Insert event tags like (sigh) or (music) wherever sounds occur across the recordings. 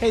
Hey,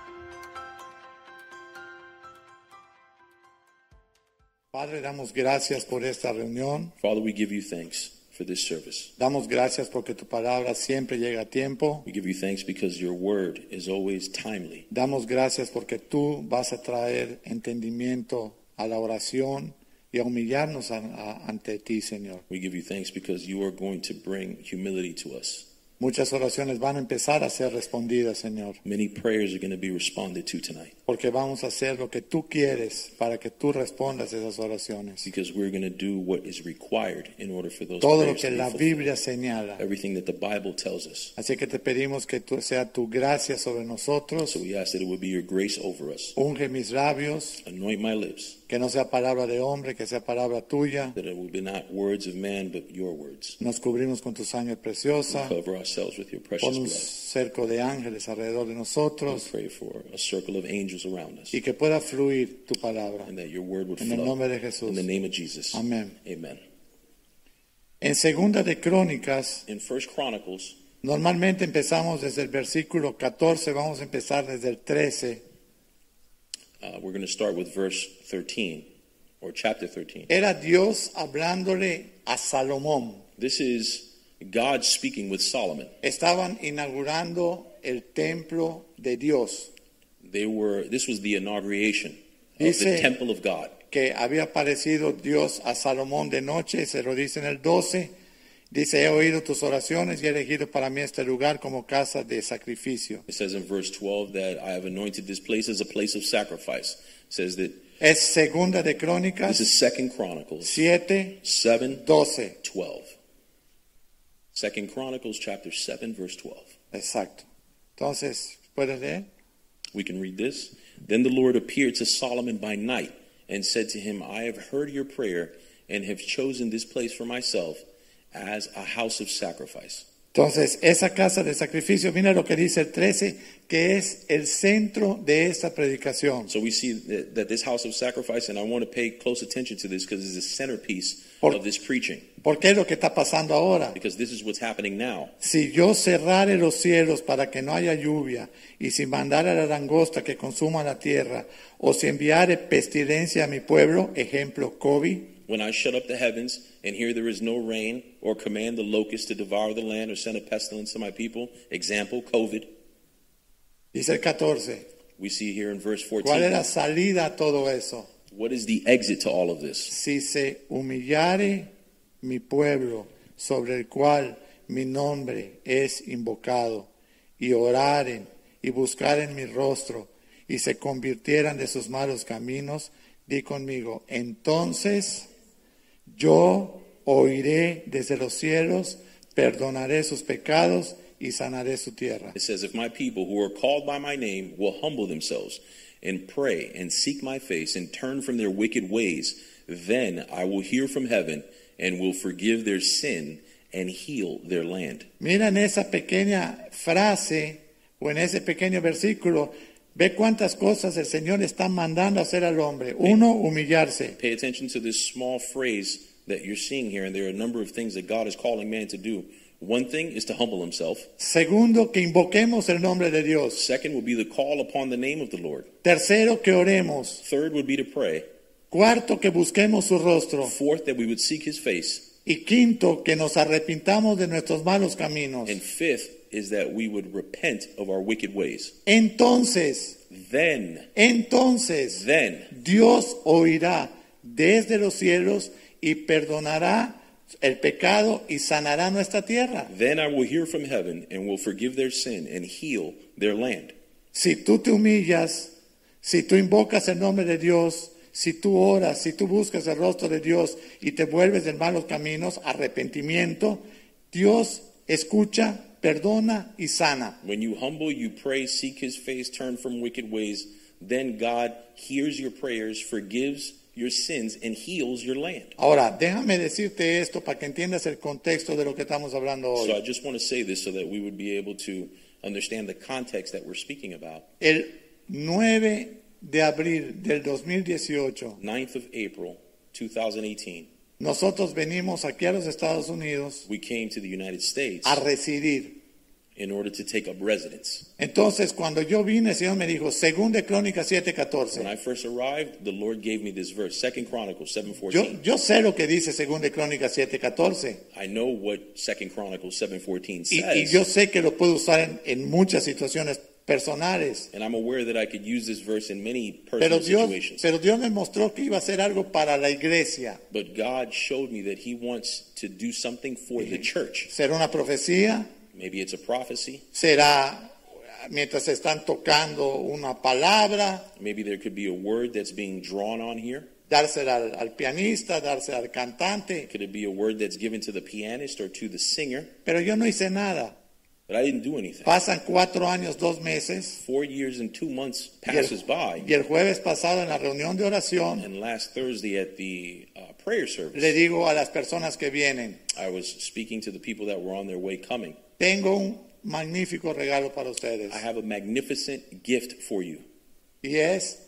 Padre, damos gracias por esta reunión. Father, we give you thanks for this service. Damos gracias porque tu palabra siempre llega a tiempo. We give you thanks because your word is always timely. Damos gracias porque tú vas a traer entendimiento a la oración y a humillarnos a- a- ante ti, Señor. We give you thanks because you are going to bring humility to us. Muchas oraciones van a empezar a ser respondidas, Señor, Many prayers are going to be responded to tonight porque vamos a hacer lo que tú quieres para que tú respondas esas oraciones. because we're going to do what is required in order for those Todo lo prayers que to be la fulfilled. Biblia señala. Everything that the Bible tells us. Así que te pedimos que tú, sea tu gracia sobre nosotros. So we ask that it would be your grace over us. Unge mis labios, Anoint my lips, que no sea palabra de hombre, que sea palabra tuya. that it would be not words of man, but your words. Nos cubrimos con tu sangre preciosa, Cover ourselves with your precious pon un blood. cerco de ángeles alrededor de And nosotros pray for a circle of angels around us, y que pueda fluir tu palabra. and that your word would En el flow. nombre de In the Jesús. name of Jesus. Amén. Amen. En segunda de Crónicas, In First Chronicles, normalmente empezamos desde el versículo 14, vamos a empezar desde el 13. uh, we're going to start with verse 13 or chapter 13. Era Dios hablándole a Salomón. This is God speaking with Solomon. Estaban inaugurando el templo de Dios They were. This was the inauguration of the Dice- temple of God. que había aparecido Dios a Salomón de noche, se lo dice en el 12, dice, he oído tus oraciones y he elegido para mí este lugar como casa de sacrificio. It says in verse 12 that I have anointed this place as a place of sacrifice. It says that Es segunda de this Crónicas is Second Chronicles 7, 7, 12, 12. Second Chronicles chapter 7, verse 12. exacto. Entonces, ¿puedes leer? We can read this. Then the Lord appeared to Solomon by night and said to him, I have heard your prayer and have chosen this place for myself as a house of sacrifice. Entonces, esa casa de sacrificio, mira lo que dice el 13, que es el centro de esta predicación. So we see that, that this house of sacrifice, and I want to pay close attention to this because it's the centerpiece Por- of this preaching, ¿Por qué es lo que está pasando ahora? because this is what's happening now. Si yo cerrare los cielos para que no haya lluvia, y si mandara la langosta que consuma la tierra, o si enviare pestilencia a mi pueblo, ejemplo COVID, When I shut up the heavens and hear there is no rain, or command the locusts to devour the land, or send a pestilence to my people, example, COVID, dice el 14. we see here in verse 14. ¿Cuál es la salida a todo eso? What is the exit to all of this? Si se humillare mi pueblo, sobre el cual mi nombre es invocado, y oraren y buscaren mi rostro, y se convirtieran de sus malos caminos, di conmigo, entonces yo oiré desde los cielos, perdonaré sus pecados y sanaré su tierra. It says, If my people who are called by my name will humble themselves and pray and seek my face and turn from their wicked ways, then I will hear from heaven and will forgive their sin and heal their land. Mira en esa pequeña frase o en ese pequeño versículo, ve cuántas cosas el Señor está mandando hacer al hombre. Uno, humillarse. Pay attention to this small phrase that you're seeing here, and there are a number of things that God is calling man to do. One thing is to humble himself. Segundo, que invoquemos el nombre de Dios. Second would be the call upon the name of the Lord. Tercero, que oremos. Third would be to pray. Cuarto, que busquemos su rostro. Fourth, that we would seek his face. Y quinto, que nos arrepintamos de nuestros malos caminos. And fifth is that we would repent of our wicked ways. Entonces, Then entonces, then Dios oirá desde los cielos y perdonará el pecado y sanará nuestra tierra. then i will hear from heaven and will forgive their sin and heal their land Si tú te humillas, si tú invocas el nombre de Dios, si tú oras, si tú buscas el rostro de Dios y te vuelves de malos caminos, arrepentimiento, Dios escucha, perdona y sana. when you humble you pray seek his face turn from wicked ways then god hears your prayers forgives your sins and heals your land. Ahora, déjame decirte esto para que entiendas el contexto de lo que estamos hablando So hoy. I just want to say this so that we would be able to understand the context that we're speaking about. El 9 de abril del 2018, 9th of April, 2018, nosotros venimos aquí a los Estados Unidos we came to the United States a residir. in order to take up residence. Entonces, cuando yo vine, el Señor me dijo, según de Crónicas When 7:14. I first arrived, the Lord gave me this verse, 2 Chronicles 7:14. Yo, yo sé lo que dice según de Crónicas 7:14 I know what 2 Chronicles 7:14 y, says. y yo sé que lo puedo usar en, en muchas situaciones personales. And I'm aware that I could use this verse in many personal Pero Dios, situations. pero Dios me mostró que iba a hacer algo para la iglesia. But God showed me that He wants to do something for Mm-hmm. the church. Será una profecía, Maybe it's a prophecy. será mientras están tocando una palabra, Maybe there could be a word that's being drawn on here. dársela al, al pianista, dársela al cantante. Could it be a word that's given to the pianist or to the singer? Pero yo no hice nada. But I didn't do anything. Pasan cuatro años, dos meses. Four years and two months Y el, passes by. y el jueves pasado en la reunión de oración And last Thursday at the uh, prayer service, le digo a las personas que vienen, I was speaking to the people that were on their way coming. tengo un magnífico regalo para ustedes. I have a magnificent gift for you. Y es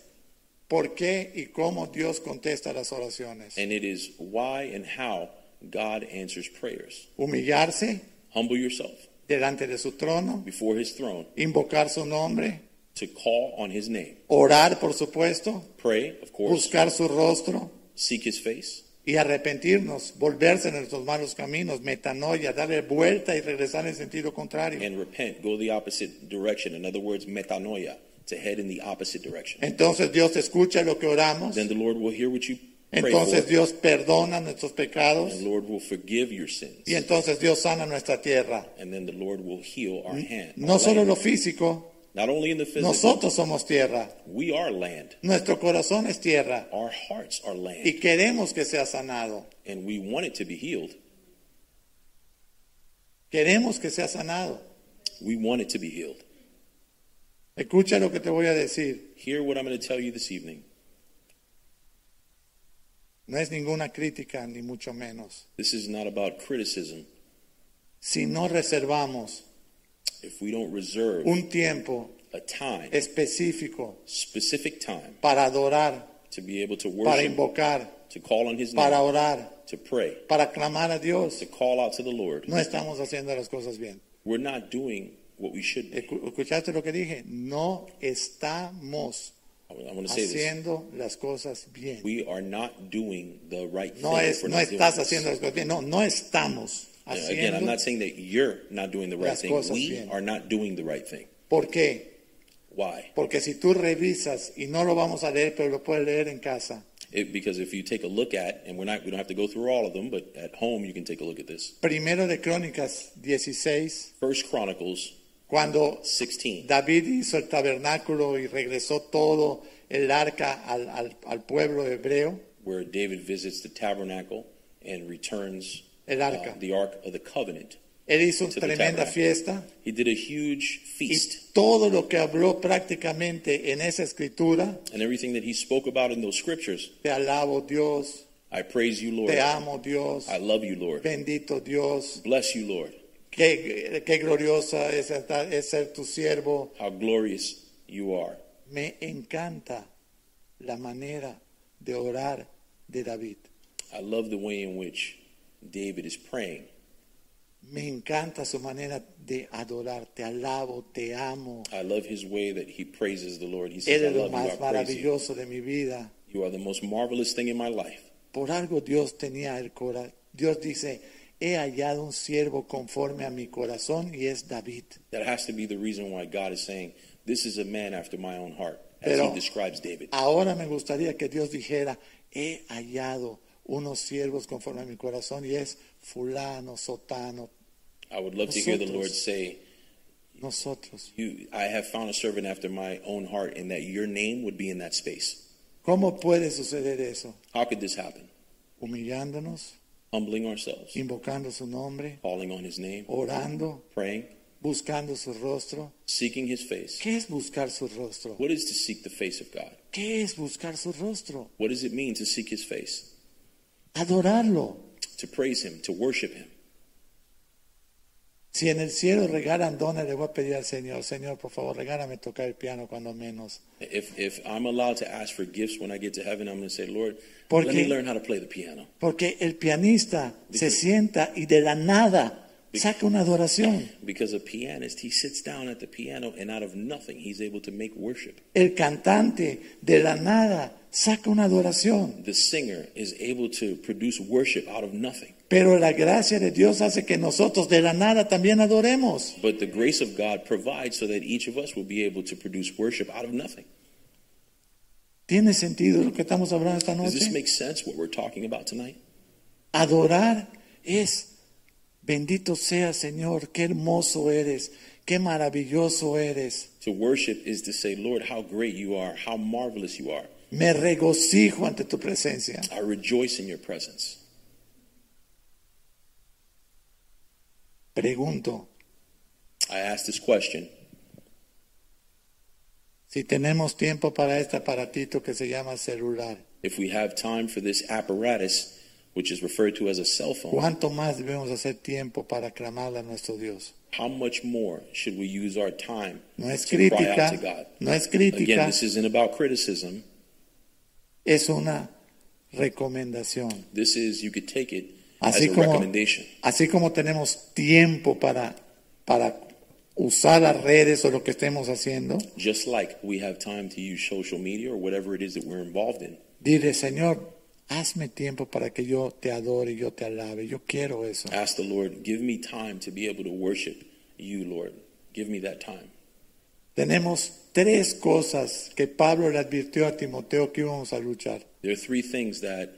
por qué y cómo Dios contesta las oraciones. And it is why and how God answers prayers. Humillarse Humble yourself delante de su trono, before his throne invocar su nombre, to call on his name. orar, por supuesto, Pray, of course, buscar su rostro seek his face, y arrepentirnos, volverse en nuestros malos caminos, metanoia, darle vuelta y regresar en sentido contrario. and repent. Go the opposite direction. In other words, metanoia, to head in the opposite direction. Entonces Dios escucha lo que oramos, Then the Lord will hear what you pray entonces for, Dios perdona nuestros pecados and the Lord will forgive your sins, y entonces Dios sana nuestra tierra. and then the Lord will heal our hand. Mm-hmm. No our solo land. lo físico, Not only in the physical, nosotros somos tierra, we are land. nuestro corazón es tierra Our hearts are land, y queremos que sea sanado, and we want it to be healed. queremos que sea sanado. We want it to be healed. Escucha lo que te voy a decir, Hear what I'm going to tell you this evening. no es ninguna crítica ni mucho menos. This is not about criticism. Si no reservamos If we don't reserve un tiempo a time, específico specific time, para adorar, to be able to para worship, invocar, to call on His para name, orar, to pray, para clamar a to Dios. call out to the Lord. No estamos haciendo las cosas bien. We're not doing what we should be. Escu- ¿Escuchaste lo que dije? No estamos I want to say this. haciendo las cosas bien. We are not doing the right No, thing. es, if we're no not doing estás this. haciendo las cosas bien. No, no estamos Yeah, Again, I'm haciendo. not saying that you're not doing the right las thing. cosas We bien. are not doing the right thing. ¿Por qué? Why? Porque si tú revisas, y no lo vamos a leer, pero lo puedes leer en casa. It, because if you take a look at, and we're not, we don't have to go through all of them, but at home you can take a look at this. Primero de Crónicas 16, First Chronicles cuando 16. David hizo el tabernáculo y regresó todo el arca al, al- al pueblo hebreo. where David visits the tabernacle and returns El arca. uh, the Ark of the Covenant. Él hizo To the tremenda tabernacle. fiesta He did a huge y feast, todo lo que habló prácticamente en esa escritura, and everything that he spoke about in those scriptures. te alabo Dios, I praise you, Lord. te amo Dios, I love you, Lord. bendito Dios, Bless you, Lord. qué, qué gloriosa es, estar- es ser tu siervo. How glorious you are. Me encanta la manera de orar de David. I love the way in which David is praying. Me encanta su manera de adorar, te alabo, te amo. I love his way that he praises the Lord. He says, I Eres lo love you, más I praise you. maravilloso de mi vida. You are the most marvelous thing in my life. Por algo Dios tenía el corazón. Dios dice, he hallado un siervo conforme a mi corazón y es David. That has to be the reason why God is saying, This is a man after my own heart, as Pero he describes David. ahora me gustaría que Dios dijera, he hallado unos siervos conforme a mi corazón y es fulano, sotano, I would love to hear the Nosotros. Lord say, nosotros. you, I have found a servant after my own heart, and that your name would be in that space. ¿Cómo puede suceder eso? How could this happen? Humillándonos, Humbling ourselves, invocando su nombre, calling on his name, orando, praying, buscando su rostro. seeking his face. ¿Qué es buscar su rostro? What is to seek the face of God? ¿Qué es buscar su rostro? What does it mean to seek his face? Adorarlo. To praise him, to worship him. Si en el cielo regalan dones, le voy a pedir al Señor, Señor, por favor, regálame tocar el piano cuando menos. If, if I'm allowed to ask for gifts when I get to heaven, I'm going to say, Lord, Porque- let me learn how to play the piano. Porque el pianista se Because- sienta y de la nada Because- saca una adoración. Because a pianist, he sits down at the piano and out of nothing, he's able to make worship. El cantante de la nada saca una adoración. The singer is able to produce worship out of nothing. Pero la gracia de Dios hace que nosotros de la nada también adoremos. But the grace of God provides so that each of us will be able to produce worship out of nothing. ¿Tiene sentido lo que estamos hablando esta Does this noche? make sense, what we're talking about tonight? Adorar es, bendito sea Señor, qué hermoso eres, qué maravilloso eres. To worship is to say, Lord, how great you are, how marvelous you are. Me regocijo ante tu presencia. I rejoice in your presence. Pregunto, I ask this question si tenemos tiempo para este aparatito que se llama celular, if we have time for this apparatus, which is referred to as a cell phone, ¿cuánto más debemos hacer tiempo para clamarle a nuestro Dios? how much more should we use our time No es to cry out crítica, to God? no es Again, crítica, this isn't about criticism. es una recomendación. This is, you could take it as Así a como, recommendation. así como tenemos tiempo para, para usar las redes o lo que estemos haciendo, Just like we have time to use social media or whatever it is that we're involved in. dile, Señor, hazme tiempo para que yo te adore y yo te alabe. Yo quiero eso. Ask the Lord, give me time to be able to worship you, Lord. Give me that time. Tenemos tres cosas que Pablo le advirtió a Timoteo que íbamos a luchar. There are three things that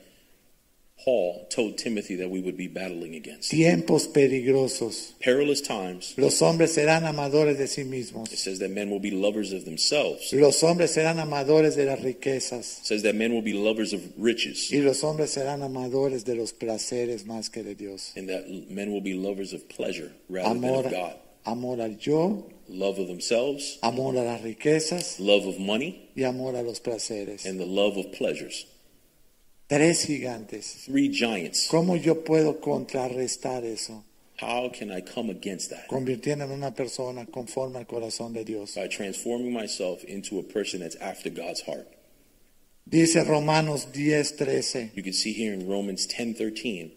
Paul told Timothy that we would be battling against. Tiempos peligrosos. Perilous times. Los hombres serán amadores de sí It mismos. says that men will be lovers of themselves. It Los hombres serán amadores de las riquezas. says that men will be lovers of riches. Y los hombres serán amadores de los placeres más que de Dios. And that men will be lovers of pleasure rather than Amor, of God. amor al yo, Love of themselves, amor a las riquezas love of money, y amor a los placeres. and the love of pleasures. Tres gigantes. Three giants. ¿Cómo yo puedo contrarrestar eso? How can I come against that? Convirtiéndome en una persona conforme al corazón de Dios. By transforming myself into a person that's after God's heart. Dice Romanos 10, 13. You can see here in Romans 10:13.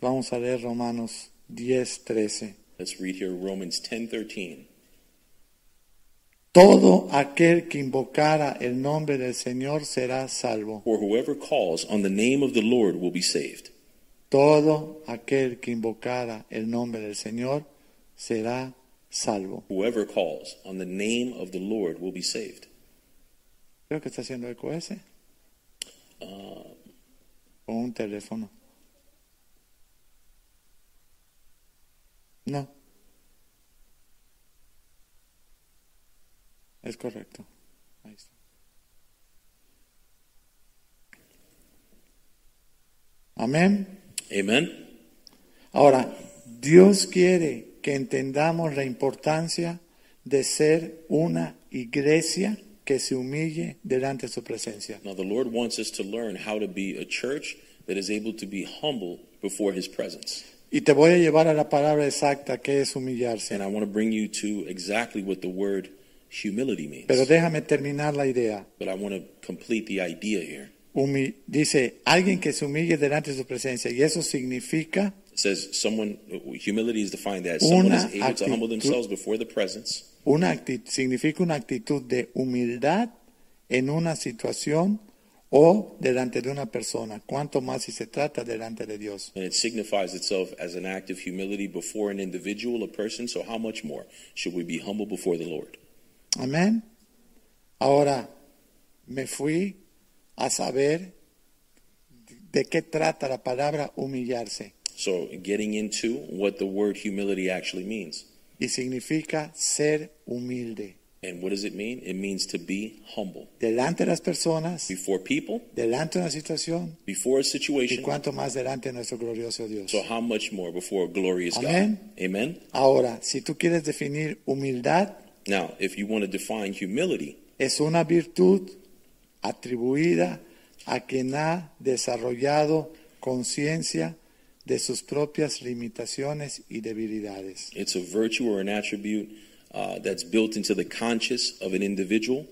Vamos a leer Romanos 10, 13. Let's read here Romans 10:13. Todo aquel que invocara el nombre del Señor será salvo. For whoever calls on the name of the Lord will be saved. Todo aquel que invocara el nombre del Señor será salvo. Whoever calls on the name of the Lord will be saved. Creo que está haciendo eco ese. Uh, con un teléfono. No. Es correcto. Ahí está. Amén. amen. Ahora, Dios quiere que entendamos la importancia de ser una iglesia que se humille delante de su presencia. Now the Lord wants us to learn how to be a church that is able to be humble before his presence. Y te voy a llevar a la palabra exacta que es humillarse. And I want to bring you to exactly what the word humility means. Pero déjame terminar la idea. But I want to complete the idea here. Humi- dice, alguien que se humille delante de su presencia. Y eso significa It says someone humility is defined as someone Una is able to humble actitud- themselves before the presence. una, acti- significa una actitud de humildad en una situación o delante de una persona. Cuanto más si se trata delante de Dios. And it signifies itself as an act of humility before an individual, a person. So, how much more should we be humble before the Lord? Amén. Ahora, me fui a saber de qué trata la palabra humillarse. So, getting into what the word humility actually means, Y significa ser humilde. And what does it mean? It means to be humble delante de las personas, before people, delante de una situación before a y situation. cuanto más delante de nuestro glorioso Dios. So how much more before a glorious God? Amen. Amen. Ahora, si tú quieres definir humildad, Now, if you want to define humility, es una virtud atribuida a quien ha desarrollado conciencia de sus propias limitaciones y debilidades. it's a virtue or an attribute uh, that's built into the conscious of an individual,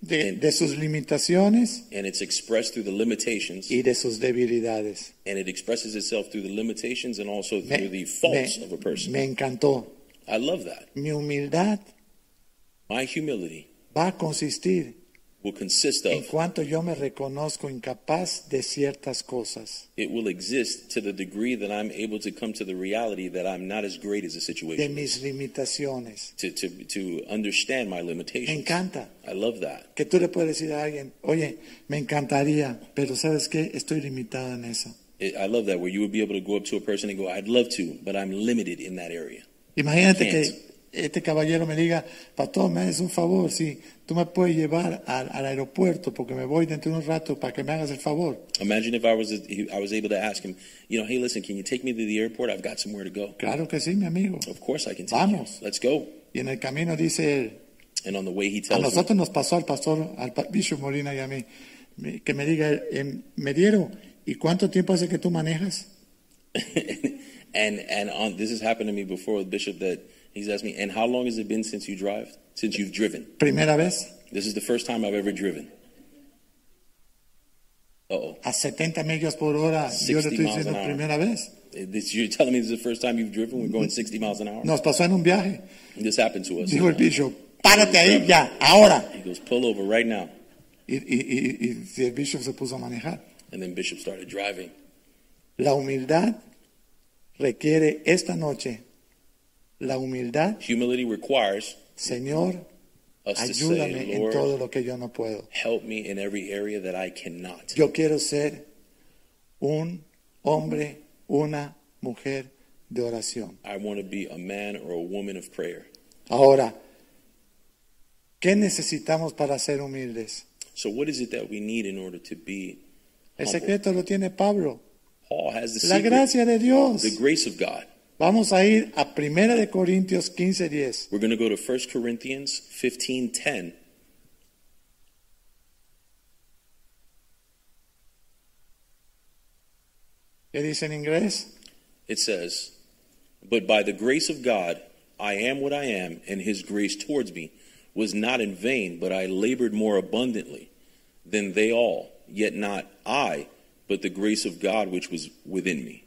De, En- de sus limitaciones and it's expressed through the limitations, y de sus debilidades. and it expresses itself through the limitations and also Me, through the faults me- of a person. me encantó. I love that. Mi humildad My humility va a consistir will consist en of cuanto yo me reconozco incapaz de ciertas cosas, it will exist to the degree that I'm able to come to the reality that I'm not as great as de a situation. mis limitaciones. To, to, to understand my Me limitations. encanta I love that. que tú le puedes decir a alguien, oye, me encantaría, pero ¿sabes qué? Estoy limitada en eso. It, I love that, where you would be able to go up to a person and go, I'd love to, but I'm limited in that area. Imagínate Can't. que este caballero me diga, Pastor, me haces un favor, sí, tú me puedes llevar al, al aeropuerto porque me voy dentro de un rato para que me hagas el favor. Imagine if I was, he- I was able to ask him, you know, hey, listen, can you take me to the airport? I've got somewhere to go. Claro que sí, mi amigo. Of course I can take Vamos. you. Let's go. Y en el camino dice él, And on the way, he a tells me, nosotros nos pasó al pastor, al pa- Bishop Molina y a mí, me- que me diga, él, em, Mediero, ¿y cuánto tiempo hace que tú manejas? (laughs) and and on, this has happened to me before with Bishop that he's asked me, and how long has it been since you drive? Since you've driven? Primera vez, This is the first time I've ever driven. Uh oh. a 70 millas por hora, yo le 60 estoy miles diciendo an hour. primera vez. This, you're telling me this is the first time you've driven? We're going 60 miles an hour? Nos pasó en un viaje, This happened to us. dijo el Bishop, párate ahí ya, ahora. He goes, pull over right now. Y, y- y- y- y el Bishop se puso a manejar. And then Bishop started driving. La humildad requiere esta noche. La humildad, Humility requires Señor, us to ayúdame say, en Lord, todo lo que yo no puedo. help me in every area that I cannot. Yo quiero ser un hombre, una mujer de oración. I want to be a man or a woman of prayer. Ahora, ¿qué necesitamos para ser humildes? So what is it that we need in order to be El humble? secreto lo tiene Pablo. Paul has the La secret, gracia de Dios. the grace of God. Vamos a ir a 1 de Corintios 15, 10. We're going to go to 1 Corinthians 15:10. ¿Qué dice en inglés? It says, "But by the grace of God, I am what I am, and his grace towards me was not in vain, but I labored more abundantly than they all, yet not I, but the grace of God which was within me."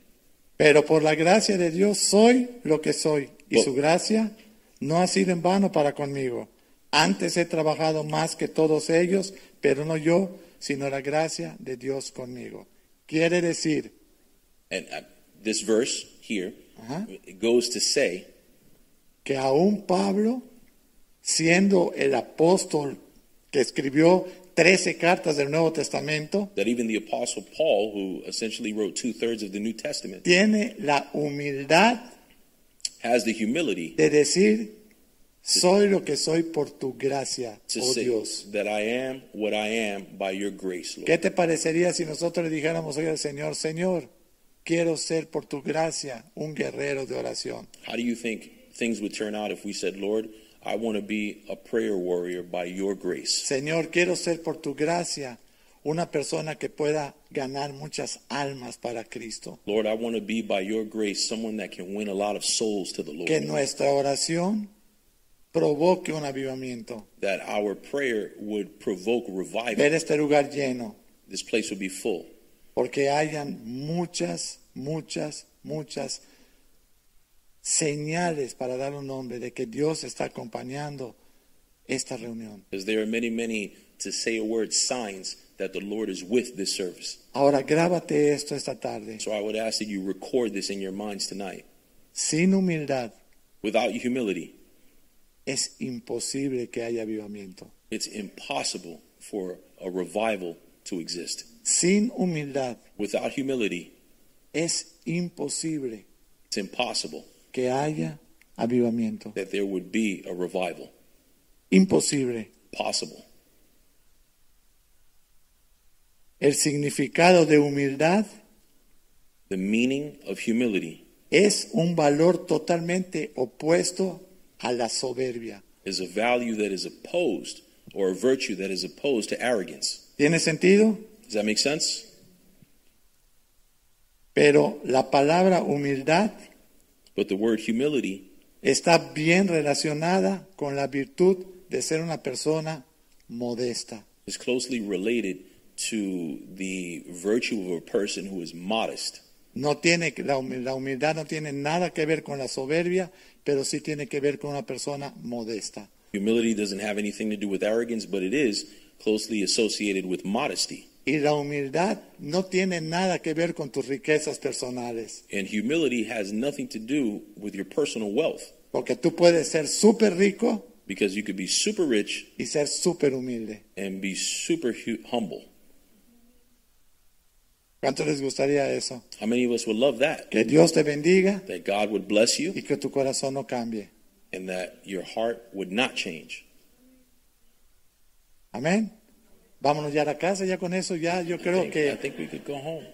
Pero por la gracia de Dios soy lo que soy, y Bo- su gracia no ha sido en vano para conmigo. Antes he trabajado más que todos ellos, pero no yo, sino la gracia de Dios conmigo. Quiere decir, And uh, this verse here Ajá. it goes to say que aún Pablo, siendo el apóstol que escribió 13 cartas del Nuevo Testamento, that even the apostle Paul, who essentially wrote two thirds of the New Testament, tiene la humildad has the humility de decir, soy lo que soy por tu gracia, to oh say Dios. that I am what I am by your grace, Lord. ¿Qué te parecería si nosotros le dijéramos hoy al Señor, Señor, quiero ser por tu gracia un guerrero de oración? How do you think things would turn out if we said, Lord, I want to be a prayer warrior by your grace? Señor, quiero ser por tu gracia una persona que pueda ganar muchas almas para Cristo. Lord, I want to be by your grace someone that can win a lot of souls to the Lord. Que nuestra oración provoque un avivamiento. that our prayer would provoke revival. Ver este lugar lleno, This place would be full porque hayan muchas, muchas, muchas señales para dar un nombre de que Dios está acompañando esta reunión. because there are many, many, to say a word, signs that the Lord is with this service. Ahora grábate esto esta tarde. So I would ask that you record this in your minds tonight. Sin humildad Without humility, es imposible que haya avivamiento. it's impossible for a revival to exist. Sin humildad Without humility, es imposible it's impossible que haya avivamiento. that there would be a revival. imposible. possible. El significado de humildad The meaning of humility es un valor totalmente opuesto a la soberbia. is a value that is opposed or a virtue that is opposed to arrogance. ¿Tiene sentido? Does that make sense? Pero la palabra humildad But the word humility está bien relacionada con la virtud de ser una persona modesta. is closely related to the virtue of a person who is modest. No tiene la humi- la humildad no tiene nada que ver con la soberbia, pero sí tiene que ver con una persona modesta. Humility doesn't have anything to do with arrogance, but it is closely associated with modesty. Y la humildad no tiene nada que ver con tus riquezas personales, And humility has nothing to do with your personal wealth porque tú puedes ser súper rico because you could be super rich y ser súper humilde. and be super hu- humble. ¿Cuánto les gustaría eso? How many of us would love that? Que Dios te bendiga That God would bless you y que tu corazón no cambie. and that your heart would not change. Amén. Vámonos ya a la casa, ya con eso, ya yo I creo think, I que... think we could go home.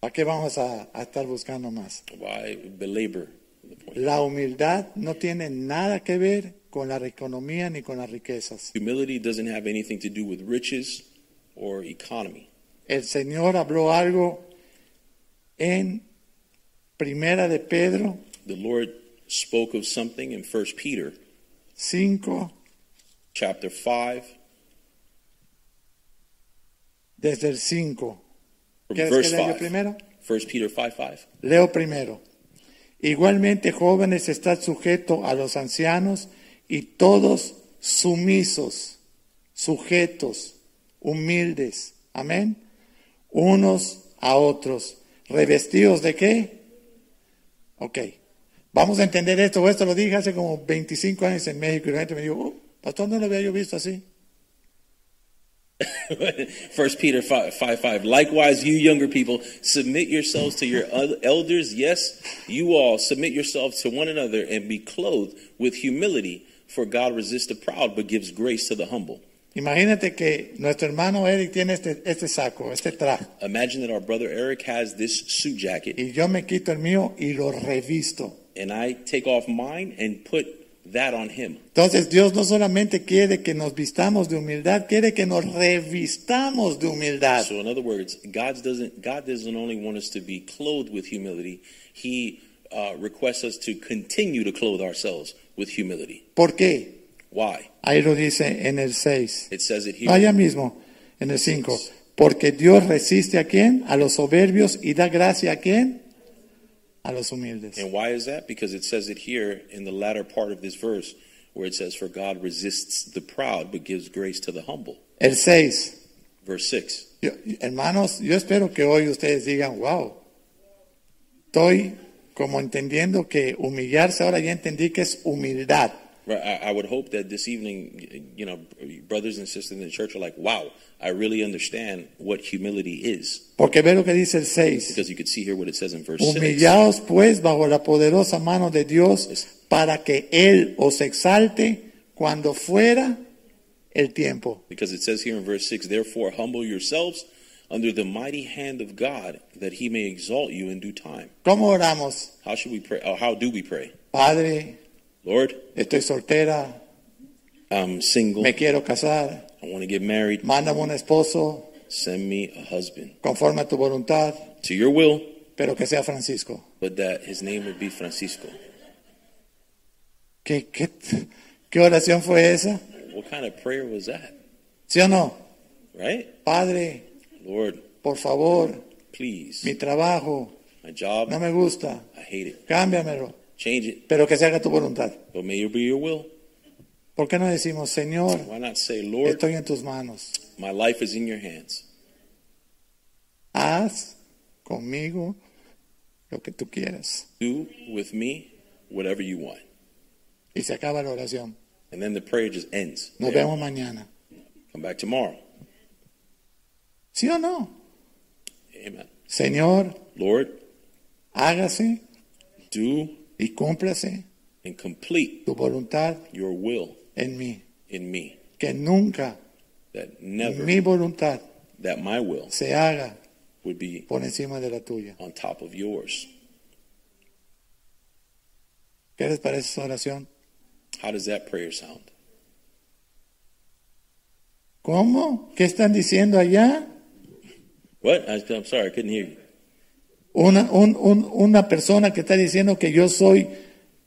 ¿Para qué vamos a, a estar buscando más? Why belabor the point? La humildad no tiene nada que ver con la economía ni con las riquezas. Humility doesn't have anything to do with riches or economy. El Señor habló algo en Primera de Pedro the Lord spoke of something in 1 Peter 5, chapter 5 desde el 5. from ¿Quieres verse que lea yo 5. primero? 1 Peter 5 5. Leo primero. Igualmente jóvenes están sujetos a los ancianos y todos sumisos, sujetos, humildes. Amén. Unos a otros. ¿Revestidos de qué? Ok. Vamos a entender esto. Esto lo dije hace como 25 años en México y la gente me dijo, "Oh, pastor, no lo había yo visto así. (laughs) 1 Peter 5, 5 5. Likewise, you younger people, submit yourselves to your el- elders. Yes, you all submit yourselves to one another and be clothed with humility, for God resists the proud but gives grace to the humble. Imagínate que nuestro hermano Eric tiene este, este saco, este traje. Imagine that our brother Eric has this suit jacket, Y yo me quito el mío y lo revisto. and I take off mine and put that on him. Entonces Dios no solamente quiere que nos vistamos de humildad, quiere que nos revistamos de humildad. So in other words, God doesn't God doesn't only want us to be clothed with humility. He uh, requests us to continue to clothe ourselves with humility. ¿Por qué? Why? Ahí lo dice en el 6. It says it here. Allá mismo, en el 5. Porque Dios resiste a quién? A los soberbios y da gracia a quién? A los humildes. And why is that? Because it says it here in the latter part of this verse, where it says, "For God resists the proud, but gives grace to the humble." El 6. Verse six. Yo- hermanos, yo espero que hoy ustedes digan, wow, estoy como entendiendo que humillarse, ahora ya entendí que es humildad. Right, I, I would hope that this evening, you know, brothers and sisters in the church are like, "Wow, I really understand what humility is," Porque ve lo que dice el 6. because you could see here what it says in verse six. Humillaos pues bajo la poderosa mano de Dios para que Él os exalte cuando fuera el tiempo. Because it says here in verse 6, Therefore humble yourselves under the mighty hand of God, that he may exalt you in due time. ¿Cómo oramos? How should we pray? Oh, how do we pray? Padre, Lord, estoy soltera, I'm single. me quiero casar, I want to get married. mándame un esposo Send me a husband. conforme a tu voluntad, To your will, pero que sea Francisco. but that his name would be Francisco. ¿Qué, qué, qué oración fue esa? What kind of prayer was that? ¿Sí o no? Right? Padre, Lord, por favor, please. mi trabajo My job, no me gusta, I hate it. cámbiamelo, Change it, pero que se haga tu voluntad. but may it be your will. ¿Por qué no decimos, Señor, Why not say, Lord, estoy en tus manos? my life is in your hands. haz conmigo lo que tú quieras. Do with me whatever you want. Y se acaba la oración. And then the prayer just ends. Nos There. vemos mañana. Come back tomorrow. ¿Sí o no? Amen. Señor, Lord, hágase do y cúmplase and complete tu voluntad your will en mí, in me, que nunca that never mi voluntad that my will se haga would be por encima de la tuya. on top of yours. ¿Qué les parece esa oración? How does that prayer sound? ¿Cómo? ¿Qué están diciendo allá? What? I, I'm sorry, I couldn't hear you. Una, un- un- una persona que está diciendo que yo soy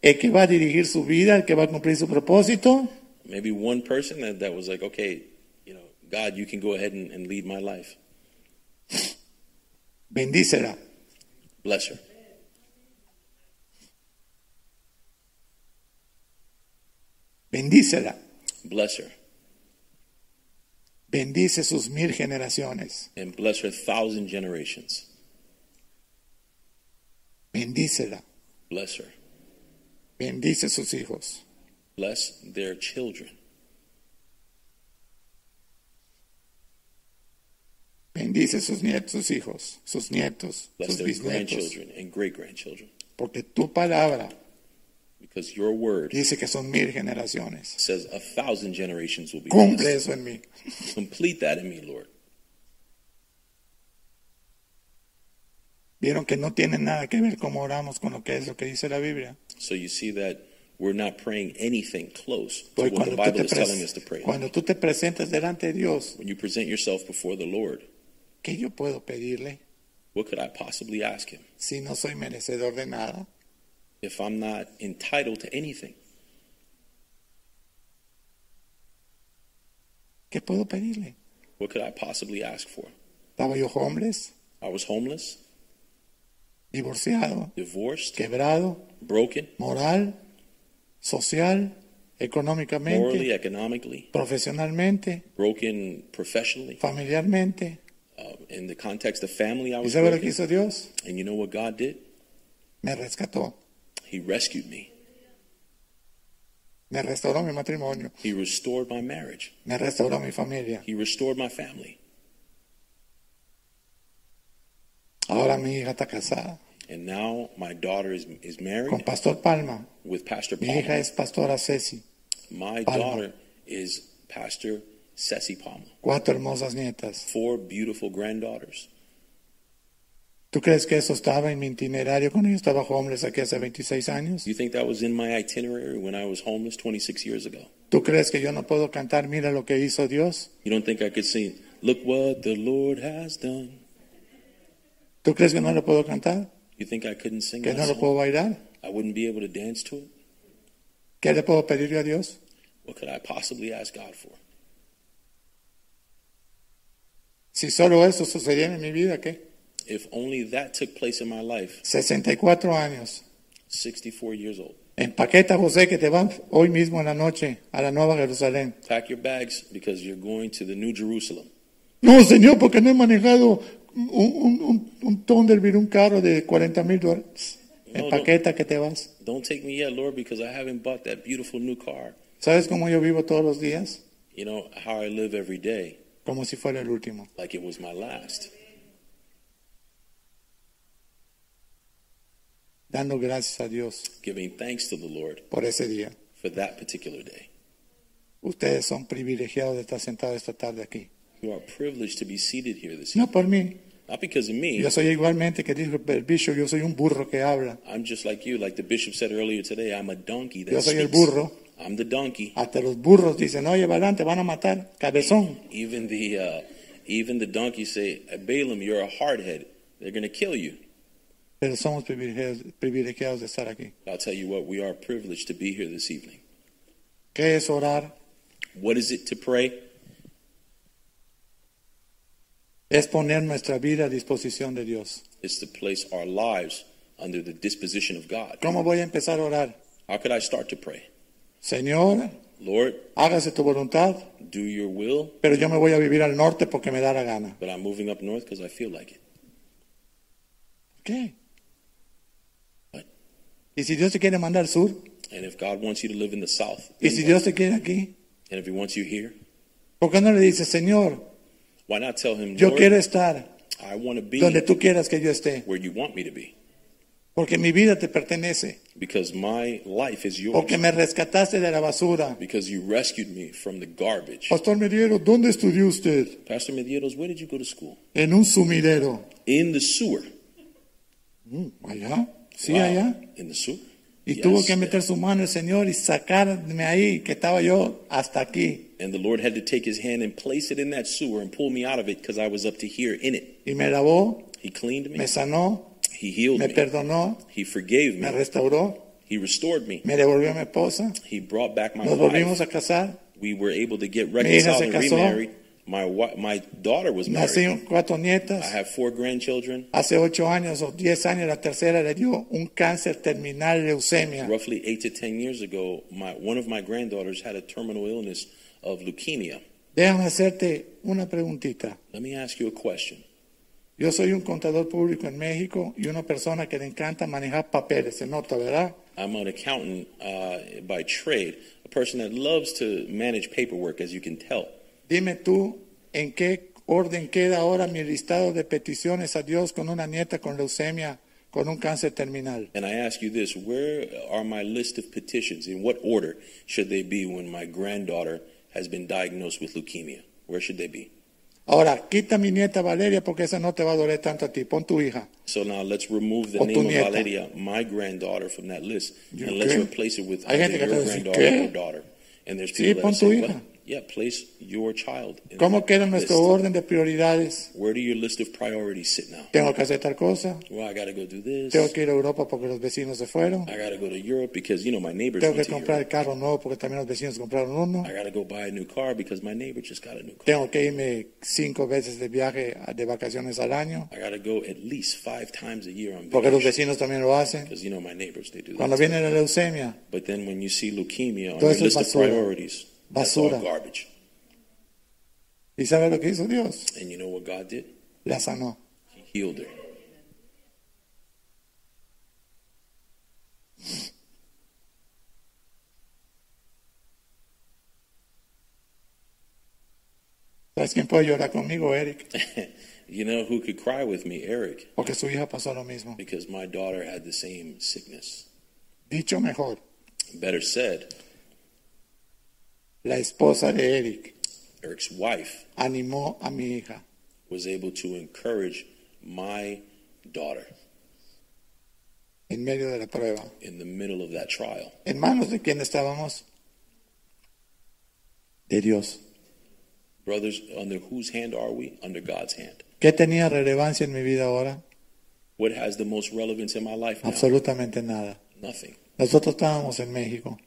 el que va a dirigir su vida, el que va a cumplir su propósito. Maybe one person that, that was like, okay, you know, God, you can go ahead and, and lead my life. Bendícela. Bless her. Bendícela. Bless her. Bendice sus mil generaciones. And bless her thousand generations. Bendícela. Bless her. Bendice sus hijos. Bless their children. Bendice sus nietos, sus hijos, sus nietos, Bless sus their bisnietos. grandchildren and great grandchildren. Porque tu palabra Because your word dice que son mil generaciones. says a thousand generations will be Cumple blessed. eso en mí. Complete that in me, Lord. Vieron que no tiene nada que ver cómo oramos con lo que es lo que dice la Biblia. So you see that we're not praying anything close to Porque what cuando the tú, Bible te is telling us to pres- pray. cuando tú te presentas delante de Dios, When you present yourself before the Lord, ¿qué yo puedo pedirle what could I possibly ask Him si no soy merecedor de nada? if I'm not entitled to anything? ¿Qué puedo pedirle? What could I possibly ask for? Estaba yo homeless, I was homeless, divorciado, divorced, quebrado, broken, moral, social, morally, económicamente, economically, profesionalmente, broken professionally, familiarmente. uh, in the context of family. I ¿Y was sabe lo que broken. hizo Dios? And you know what God did? Me rescató, He rescued me. me restauró mi matrimonio, He restored my marriage. me restauró mi familia. He restored my family. Ahora mi hija está casada And now my daughter is is con married Pastor Palma. with Pastor Mi hija Palmer. es pastora Ceci, My Palma. daughter is Pastor Ceci Palmer. cuatro hermosas nietas. Four beautiful granddaughters. ¿Tú crees que eso estaba en mi itinerario cuando yo estaba homeless aquí hace 26 años? Do you think that was in my itinerary when I was homeless 26 years ago? ¿Tú crees que yo no puedo cantar, mira lo que hizo Dios? You don't think I could sing, Look what the Lord has done? ¿Tú crees que no lo puedo cantar? You think I couldn't sing ¿Que that no lo song? puedo bailar? I wouldn't be able to dance to it? ¿Qué le puedo pedir yo a Dios? What could I possibly ask God for? Si solo eso sucediera en mi vida, ¿qué? If only that took place in my life, 64 años. 64 years old. Empaqueta, José, que te vas hoy mismo en la noche a la Nueva Jerusalén. Pack your bags because you're going to the New Jerusalem. No, señor, porque no he manejado un, un, un, un Thunderbird, un carro de 40 mil dólares. No, no. Empaqueta que te vas. Don't take me yet, Lord, because I haven't bought that beautiful new car. ¿Sabes cómo yo vivo todos los días? You know, how I live every day, Como si fuera el último. like it was my last, Dando gracias a Dios giving thanks to the Lord por ese día. for that particular day. Ustedes son privilegiados de estar sentados esta tarde aquí. You are privileged to be seated here this evening. No por mí. Not because of me, Yo soy igualmente que dijo el bicho, yo soy un burro que habla. I'm just like you. Like the bishop said earlier today, I'm a donkey that Yo soy el speaks. burro. I'm the donkey. Hasta los burros dicen, oye, Balán, te van a matar. Cabezón. Even the uh, even the donkeys say, Balaam, you're a hardhead. They're gonna kill you. Pero somos privilegiados, privilegiados de estar aquí. I'll tell you what, we are privileged to be here this evening. ¿Qué es orar? What is it to pray? Es poner nuestra vida a disposición de Dios. It's to place our lives under the disposition of God. ¿Cómo voy a empezar a orar? How could I start to pray? Señor, Lord, hágase tu voluntad, do your will, pero yo me voy a vivir al norte porque me da la gana. but I'm moving up north because I feel like it. ¿Qué? What? ¿Y si Dios te quiere mandar al sur? And if God wants you to live in the south, ¿Y si Dios te quiere aquí? and if He wants you here, ¿Por qué no le dices, Señor, why not tell Him, yo Lord, quiero estar I want to be donde tú quieras que yo esté? where you want me to be? porque mi vida te pertenece, because my life is yours. porque me rescataste de la basura. Because you rescued me from the garbage. Pastor Mediero, ¿dónde estudió usted? Pastor Medieros, where did you go to school? En un sumidero. In the sewer. Mm, allá, sí, Wow. allá. In the sewer. Y Yes. tuvo que meter su mano el Señor y sacarme ahí, que estaba yo hasta aquí. And the Lord had to take his hand and place it in that sewer and pull me out of it because I was up to here in it. Y me lavó, He cleaned me. me sanó, He healed me me. perdonó, He forgave me me. restauró, He restored me. me devolvió a mi esposa, He brought back my nos wife. volvimos a casar, We were able to get hija se reconciled and casó. remarried. My, wi- my daughter was married. nacieron cuatro I nietas. have four grandchildren. Hace ocho años o diez años la tercera le dio un cáncer terminal leucemia. Roughly eight to ten years ago, my, one of my granddaughters had a terminal illness of leukemia. Déjame hacerte una preguntita. Let me ask you a question. Yo soy un contador público en México y una persona que le encanta manejar papeles, se nota, ¿verdad? I'm an accountant uh, by trade, a person that loves to manage paperwork, as you can tell. Dime tú en qué orden queda ahora mi listado de peticiones a Dios con una nieta con leucemia, con un cáncer terminal. And I ask you this where are my list of petitions? In what order should they be when my granddaughter has been diagnosed with leukemia? Where should they be? Ahora, quita a mi nieta Valeria porque esa no te va a doler tanto a ti. Pon tu hija. So now let's remove the O tu name of nieta. Valeria, my granddaughter, from that list, You and let's qué? replace it with Hay gente either que your te dice, granddaughter ¿qué? or daughter. And there's Sí, people that pon are tu saying, hija. well, yeah, place your child. in ¿Cómo that queda list. nuestro orden de prioridades? Where do your list of priorities sit now? Tengo que hacer tal cosa. Well, I got to go do this. Tengo que ir a Europa porque los vecinos se fueron. I gotta go to Europe because you know my neighbors Tengo went que to comprar Europe. el carro nuevo porque también los vecinos compraron uno. I gotta go buy a new car because my neighbor just got a new car. Tengo que irme cinco veces de viaje a- de vacaciones al año I gotta go at least five times a year on porque los vacation vecinos también lo hacen. because you know my neighbors they do Cuando that. viene la leucemia, But then when you see leukemia on Todo your eso es list of basura. priorities, that's all Basura. garbage. ¿y sabe lo que hizo Dios? And you know what God did? La sanó. He healed her. ¿Sabes quién puede llorar conmigo? Eric. (laughs) You know who could cry with me? Eric, Porque su hija pasó lo mismo. because my daughter had the same sickness. Dicho mejor, Better said, la esposa de Eric Eric's wife animó a mi hija. was able to encourage my daughter en medio de la prueba. in the middle of that trial. ¿En manos de quién estábamos? De Dios. Brothers, under whose hand are we? Under God's hand. ¿Qué tenía relevancia en mi vida ahora? What has the most relevance in my life now? Absolutamente nada. Nothing. Nosotros estábamos en México.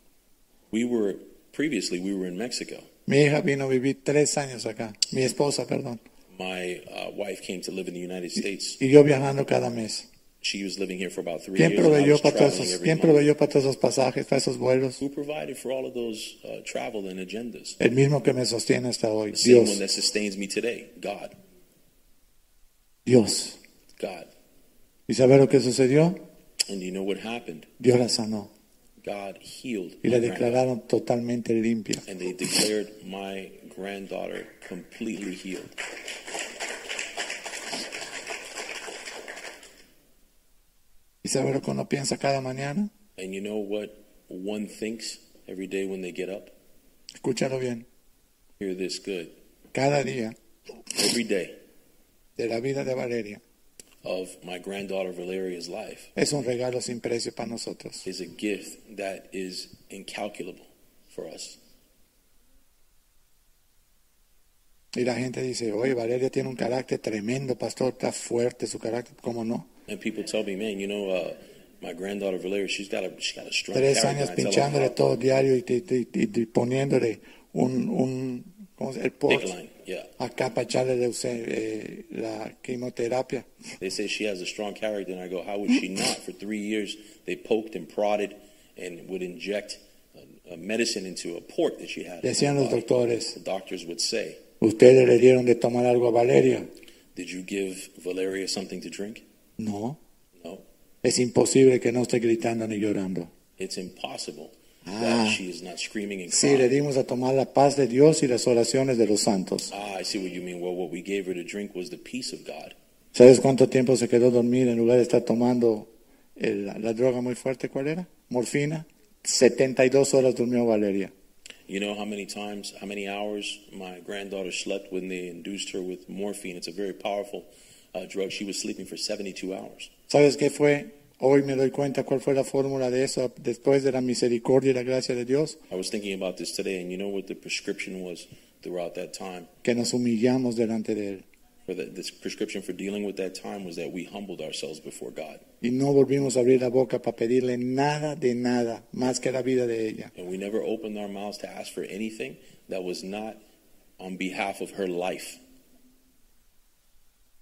We were previously we were in Mexico. Mi hija vino a vivir tres años acá. Mi esposa, perdón. My uh, wife came to live in the United States. Y yo viajando cada mes. She was living here for about three ¿Quién years. and I proveyó was para todos traveling esos, every quién month. proveyó para todos esos pasajes, para esos vuelos? Who provided for all of those uh, travel and agendas? El mismo que me sostiene hasta hoy. The same Dios. one that sustains me today. God. Dios. God. ¿Y sabe lo que sucedió? And you know what happened? Dios la sanó. God healed. Y la my granddaughter. declararon totalmente limpia. and they declared my granddaughter completely healed. ¿Y sabe lo que uno piensa cada mañana? And you know what one thinks every day when they get up? Escúchalo bien. Hear this good. Cada día Every day de la vida de Valeria of my granddaughter Valeria's life es un regalo sin precio para nosotros. is a gift that is incalculable for us. Y la gente dice, oye, Valeria tiene un carácter tremendo, pastor, está fuerte su carácter. ¿Cómo no? And people tell me, man, you know, uh, my granddaughter Valeria, she's got a she got a strong Tres character. años I tell them, pinchándole todo diario y, y- y- y- y poniéndole un, un ¿cómo se- el "Pick port a line, yeah. acá para echarle la, euse- eh, la quimioterapia. They say she has a strong character, and I go, how would she not? For three years, they poked and prodded, and would inject uh, uh, medicine into a port that she had. in her Decían los body. doctores, The doctors would say, ¿ustedes le dieron de tomar algo a Valeria? "Did you give Valeria something to drink?" No, No, es imposible que no esté gritando ni llorando. it's impossible Ah. that she is not screaming and Sí, le crying. dimos a tomar la paz de Dios y las oraciones de los santos. ah, I see what you mean. Well, what we gave her to drink was the peace of God. ¿Sabes cuánto tiempo se quedó dormir en lugar de estar tomando el- la droga muy fuerte, ¿cuál era? Morfina. 72 horas durmió Valeria. You know how many times, how many hours my granddaughter slept when they induced her with morphine. It's a very powerful uh, drug. She was sleeping for 72 hours. ¿Sabes qué fue? Hoy me doy cuenta cuál fue la fórmula de eso después de la misericordia y la gracia de Dios, I was thinking about this today, and you know what the prescription was throughout that time? que nos humillamos delante de Él For the, this prescription for dealing with that time was that we humbled ourselves before God, y no volvimos a abrir la boca para pedirle nada de nada más que la vida de ella. and we never opened our mouths to ask for anything that was not on behalf of her life.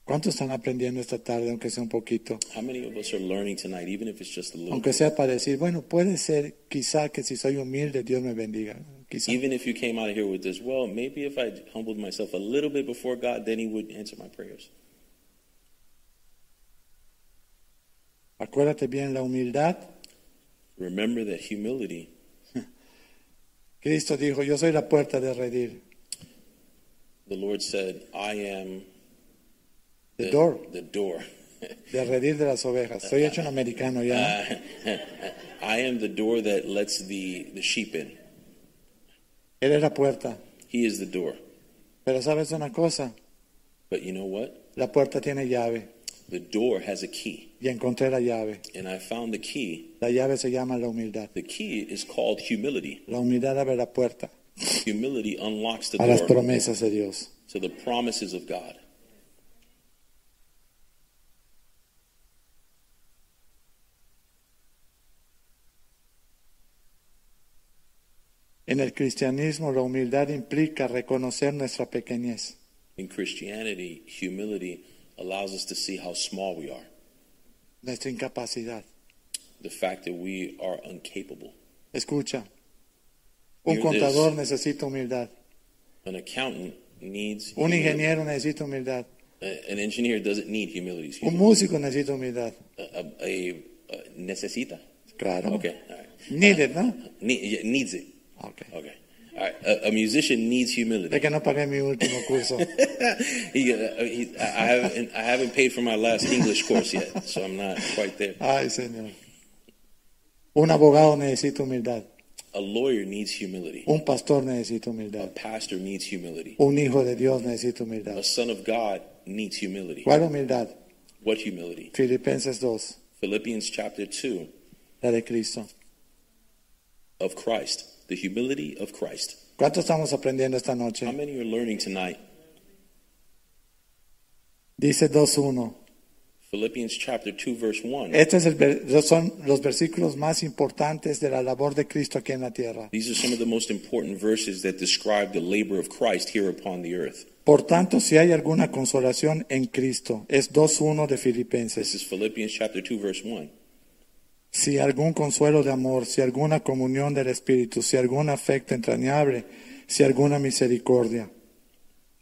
¿Cuántos están aprendiendo esta tarde, aunque sea un poquito? How many of us are learning tonight, even if it's just a little? Aunque sea para decir, bueno, puede ser quizá que si soy humilde Dios me bendiga. Quizá. Even if you came out of here with this, well, maybe if I humbled myself a little bit before God, then He would answer my prayers. Acuérdate bien, la humildad. Remember that humility, Cristo dijo, yo soy la puerta de redil. the Lord said, I am The door. The door. (laughs) De redil de las ovejas. Soy hecho un americano ya. ¿no? Ah. I am the door that lets the, the sheep in. Él es la puerta. He is the door. Pero sabes una cosa, But you know what? la puerta tiene llave The door has a key, y encontré la llave. and I found the key. La llave se llama la humildad. The key is called humility. La humildad abre la puerta Humility unlocks the a las door promesas de Dios. to the promises of God. En el cristianismo la humildad implica reconocer nuestra pequeñez. In Christianity, humility allows us to see how small we are, nuestra incapacidad. the fact that we are uncapable. Escucha, un Hear contador this. necesita humildad, An accountant needs un humility. ingeniero necesita humildad, A- An engineer doesn't need humility. It's un humility. músico necesita humildad. A, a, a, a necesita. Claro. Okay. All right. Needed, ¿no? Ne- yeah, needs it. Okay. Okay. All right. A, a musician needs humility. De que no pagué mi último curso. he, uh, he, I I haven't I haven't paid for my last (laughs) English course yet, so I'm not quite there. Ay, Señor. Un abogado necesita humildad, A lawyer needs humility. un pastor necesita A humildad, pastor needs humility. un hijo de Dios necesita humildad. A son of God needs humility. ¿Cuál humildad? What humility? Filipenses 2, Philippians chapter 2 la de Cristo. of Christ, the humility of Christ. ¿Cuánto estamos aprendiendo esta How noche? many are learning tonight? Dice 2.1. Philippians chapter 2 verse 1. Estos son los versículos más importantes de la labor de Cristo aquí en la tierra. These are some of the most important verses that describe the labor of Christ here upon the earth. Por tanto, si hay alguna consolación en Cristo, es 2.1 de This Filipenses. is Philippians chapter 2 verse 1. Si algún consuelo de amor, si alguna comunión del Espíritu, si algún afecto entrañable, si alguna misericordia.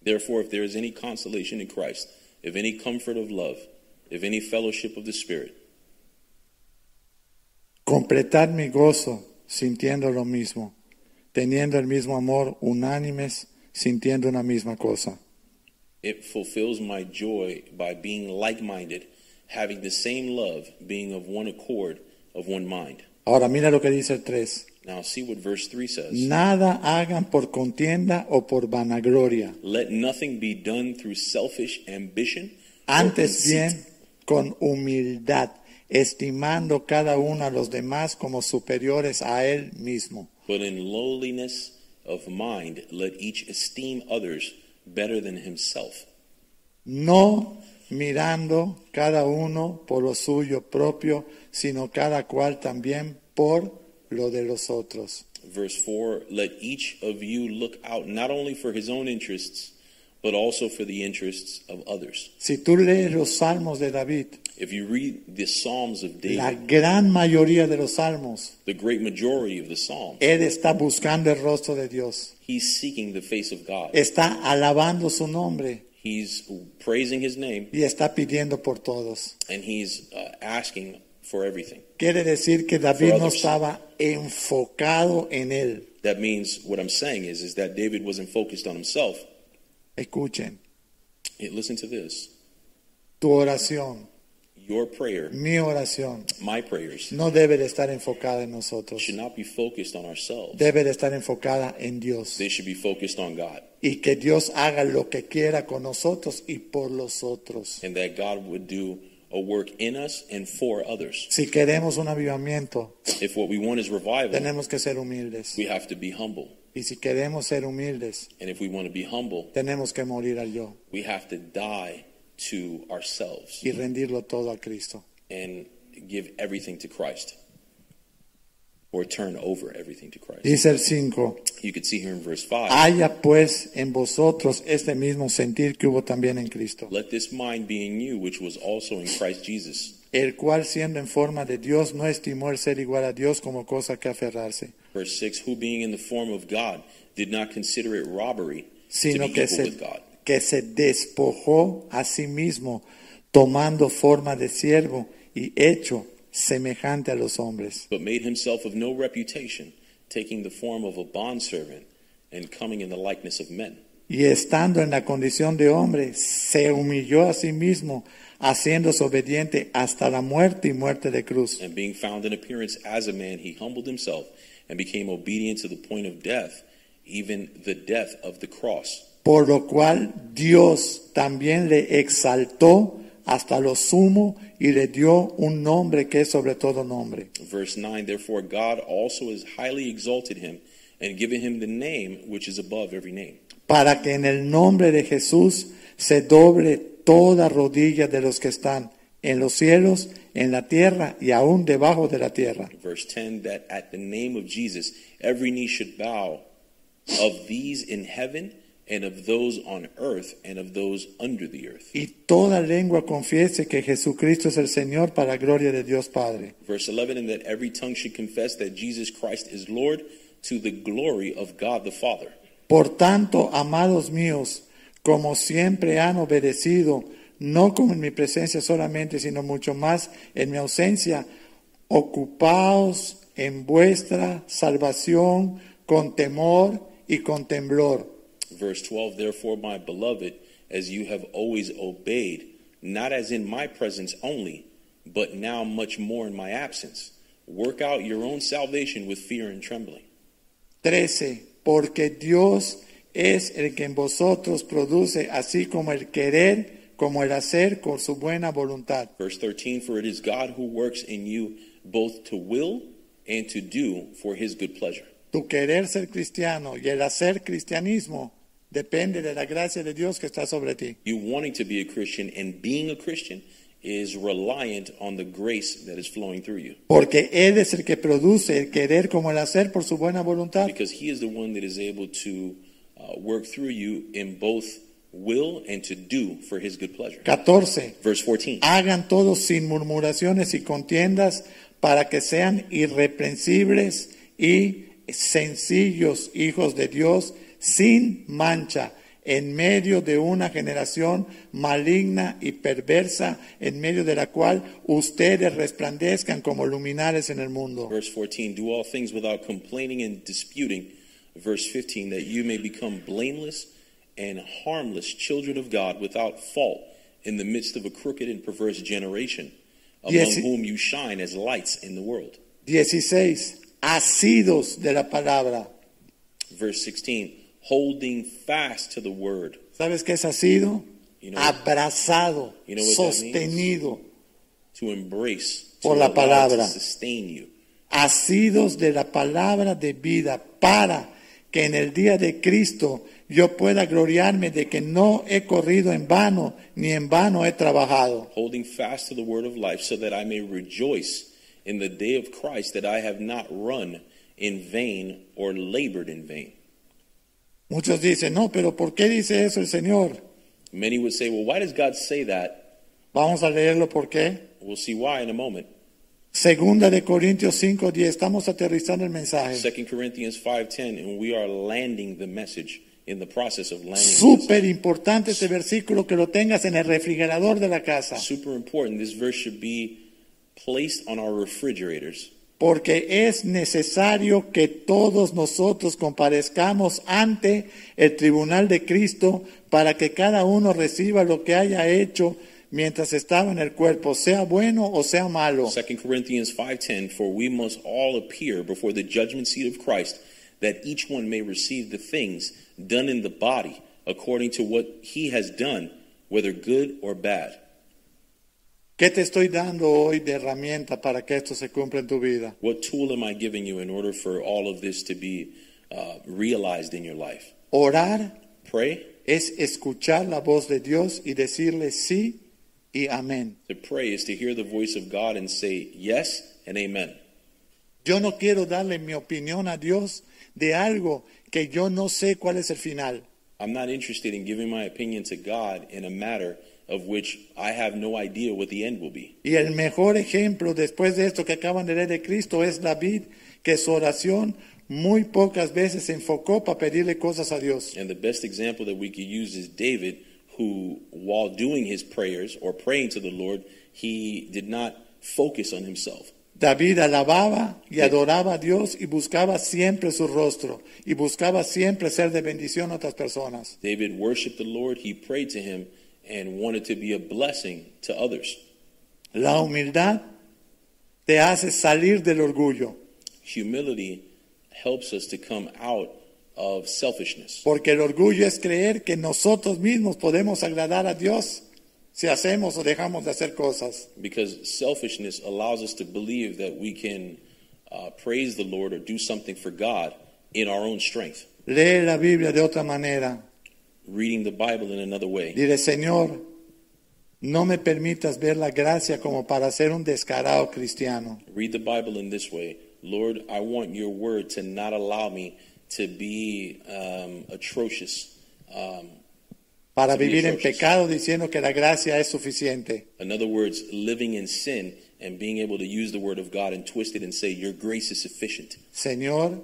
Therefore, if there is any consolation in Christ, if any comfort of love, if any fellowship of the Spirit, Completad mi gozo sintiendo lo mismo, teniendo el mismo amor, unánimes, sintiendo una misma cosa. it fulfills my joy by being like minded, having the same love, being of one accord, of one mind. Ahora mira lo que dice el 3. Now, see what verse 3 says. Nada hagan por contienda o por vanagloria. Let nothing be done through selfish ambition. or Antes conceit, bien, con humildad, estimando cada uno a los demás como superiores a él mismo. But in lowliness of mind, let each esteem others better than himself. No mirando cada uno por lo suyo propio, sino cada cual también por lo de los otros. Verse 4 Let each of you look out not only for his own interests, but also for the interests of others. Si tú lees los salmos de David, If you read the Psalms of la David, gran mayoría de los salmos, the great majority of the Psalms, él está buscando el rostro de Dios, he's seeking the face of God. está alabando su nombre He's praising his name y está pidiendo por todos. and he's uh, asking for everything. Quiere decir que David no others. estaba enfocado en él. That means what I'm saying is, is that David wasn't focused on himself. Escuchen, Hey, listen to this tu oración, Your prayer, Mi oración my prayers, no debe de estar enfocada en nosotros, should not be focused on ourselves. debe de estar enfocada en Dios They should be focused on God. y que Dios haga lo que quiera con nosotros y por los otros. And that God would do a work in us and for others. Si queremos un avivamiento, If what we want is revival, tenemos que ser humildes. we have to be humble. Y si queremos ser humildes, And if we want to be humble, tenemos que morir al yo we have to die to ourselves y rendirlo todo a Cristo. and give everything to Christ or turn over everything to Christ. Dice el 5, You could see here in verse 5 haya pues en vosotros este mismo sentir que hubo también en Cristo, let this mind be in you, which was also in Christ Jesus. el cual siendo en forma de Dios no estimó el ser igual a Dios como cosa que aferrarse, Verse 6 Who being in the form of God did not consider it robbery to sino be que equal se, with God, que se despojó a sí mismo, tomando forma de siervo y hecho semejante a los hombres. but made himself of no reputation, taking the form of a bondservant and coming in the likeness of men. Y estando en la condición de hombre, se humilló a sí mismo, haciéndose obediente hasta la muerte y muerte de cruz. And being found in appearance as a man, he humbled himself and became obedient to the point of death, even the death of the cross. Por lo cual Dios también le exaltó hasta lo sumo y le dio un nombre que es sobre todo nombre, Verse 9 Therefore, God also has highly exalted him and given him the name which is above every name. para que en el nombre de Jesús se doble toda rodilla de los que están en los cielos, en la tierra y aún debajo de la tierra. Verse 10 That at the name of Jesus, every knee should bow of these in heaven and of those on earth and of those under the earth. Y toda lengua confiese que Jesucristo es el Señor para gloria de Dios Padre. Verse 11 And that every tongue should confess that Jesus Christ is Lord to the glory of God the Father. Por tanto, amados míos, como siempre han obedecido, no como en mi presencia solamente, sino mucho más en mi ausencia, ocupaos en vuestra salvación con temor y con temblor, Verse 12 Therefore, my beloved, as you have always obeyed, not as in my presence only, but now much more in my absence, work out your own salvation with fear and trembling. 13. Porque Dios es el que en vosotros produce, así como el querer, como el hacer, con su buena voluntad. Verse 13 For it is God who works in you both to will and to do for his good pleasure. Tu querer ser cristiano y el hacer cristianismo depende de la gracia de Dios que está sobre ti. You wanting to be a Christian and being a Christian is reliant on the grace that is flowing through you Porque Él es el que produce el querer como el hacer por su buena voluntad. because he is the one that is able to uh, work through you in both will and to do for his good pleasure. 14. Verse 14 Hagan todo sin murmuraciones y contiendas para que sean irreprensibles y sencillos hijos de Dios sin mancha en medio de una generación maligna y perversa, en medio de la cual ustedes resplandezcan como luminares en el mundo. Verse 14 Do all things without complaining and disputing. Verse 15 That you may become blameless and harmless children of God without fault in the midst of a crooked and perverse generation, among Yes, it- whom you shine as lights in the world. 16. Asidos de la palabra. Verse 16 Holding fast to the word. ¿Sabes qué es asido? You know, Abrazado, You know what that means? sostenido. to embrace, to Por la allow to palabra. sustain you. asidos de la palabra de vida, para que en el día de Cristo yo pueda gloriarme de que no he corrido en vano, ni en vano he trabajado. Holding fast to the word of life so that I may rejoice in the day of Christ that I have not run in vain or labored in vain. Muchos dicen, no, pero ¿por qué dice eso el Señor? Many would say, well, why does God say that? Vamos a leerlo por qué. We'll see why in a moment. Segunda de Corintios 5.10, estamos aterrizando el mensaje. Second Corinthians 5.10, and we are landing the message in the process of landing. the Súper message. importante este versículo que lo tengas en el refrigerador de la casa, Super important. This verse should be placed on our refrigerators porque es necesario que todos nosotros comparezcamos ante el tribunal de Cristo para que cada uno reciba lo que haya hecho mientras estaba en el cuerpo, sea bueno o sea malo. 2 Corinthians 5:10 For we must all appear before the judgment seat of Christ that each one may receive the things done in the body according to what he has done whether good or bad. ¿Qué te estoy dando hoy de herramienta para que esto se cumpla en tu vida? What tool am I giving you in order for all of this to be uh, realized in your life? Orar Pray. es escuchar la voz de Dios y decirle sí y amén. To pray is to hear the voice of God and say yes and amen. Yo no quiero darle mi opinión a Dios de algo que yo no sé cuál es el final. I'm not interested in giving my opinion to God in a matter of which I have no idea what the end will be. Y el mejor ejemplo después de esto que acaban de leer de Cristo es David, que su oración muy pocas veces se enfocó para pedirle cosas a Dios. And the best example that we could use is David, who, while doing his prayers or praying to the Lord, he did not focus on himself. David alababa y adoraba a Dios y buscaba siempre su rostro y buscaba siempre ser de bendición a otras personas. David worshiped the Lord, he prayed to him, and wanted to be a blessing to others. La humildad te hace salir del orgullo, Humility helps us to come out of selfishness. porque el orgullo es creer que nosotros mismos podemos agradar a Dios si hacemos o dejamos de hacer cosas. because selfishness allows us to believe that we can uh, praise the Lord or do something for God in our own strength. Lee la Biblia de otra manera. Reading the Bible in another way. Dile, Señor, no me permitas ver la gracia como para ser un descarado cristiano. Read the Bible in this way. Lord, I want your word to not allow me to be um, atrocious. Um, Para Sí, vivir en George. pecado diciendo que la gracia es suficiente. in other words, living in sin and being able to use the word of God and twist it and say, Your grace is sufficient. Señor,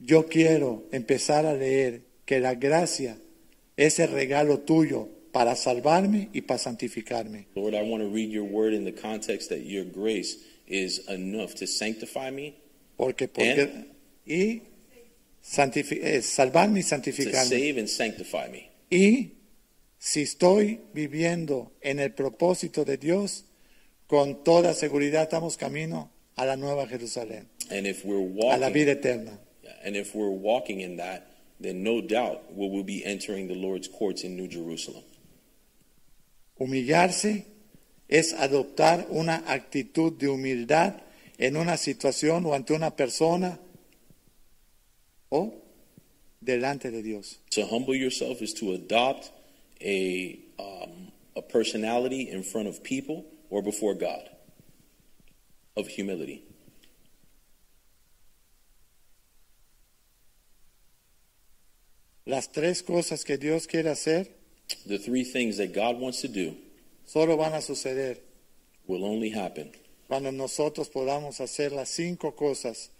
yo quiero empezar a leer que la gracia es el regalo tuyo para salvarme y para santificarme. Lord, I want to read your word in the context that your grace is enough to sanctify me, Porque, porque y santifi- eh, salvarme y to santificarme. save and sanctify me. Y si estoy viviendo en el propósito de Dios, con toda seguridad estamos camino a la nueva Jerusalén, And if we're a la walking, vida eterna. and if we're walking in that, then no doubt we will be entering the Lord's courts in New Jerusalem. Humillarse es adoptar una actitud de humildad en una situación o ante una persona o delante de Dios. To humble yourself is to adopt a um, a personality in front of people or before God of humility. Las tres cosas que Dios quiere hacer The three things that God wants to do solo van a suceder will only happen cuando nosotros podamos hacer las cinco cosas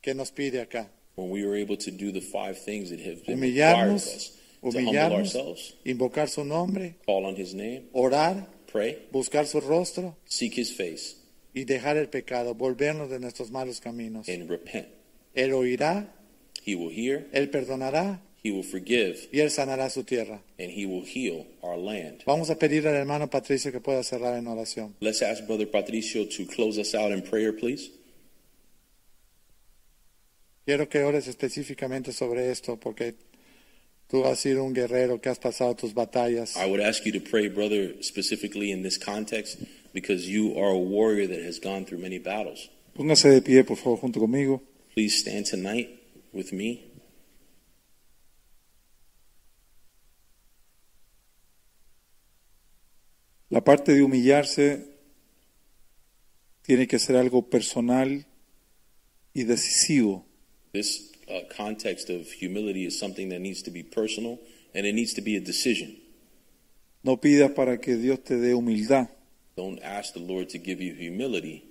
que nos pide acá. when we are able to do the five things that have been required of Humillarnos, us to humble humillarnos, ourselves, invocar su nombre, call on His name, orar, pray, buscar su rostro seek His face, y dejar el pecado, volvernos de nuestros malos caminos. and repent. Él oirá, He will hear. Él perdonará He will forgive. y Él sanará su tierra. and he will heal our land. Vamos a pedirle al hermano Patricio que pueda cerrar en oración. Let's ask Brother Patricio to close us out in prayer, please. Quiero que ores específicamente sobre esto porque tú has sido un guerrero que has pasado tus batallas. I would ask you to pray, brother, specifically in this context, because you are a warrior that has gone through many battles. Póngase de pie, por favor, junto conmigo. Please stand tonight with me. La parte de humillarse tiene que ser algo personal y decisivo. This uh, context of humility is something that needs to be personal and it needs to be a decision. No pidas para que Dios te dé humildad, Don't ask the Lord to give you humility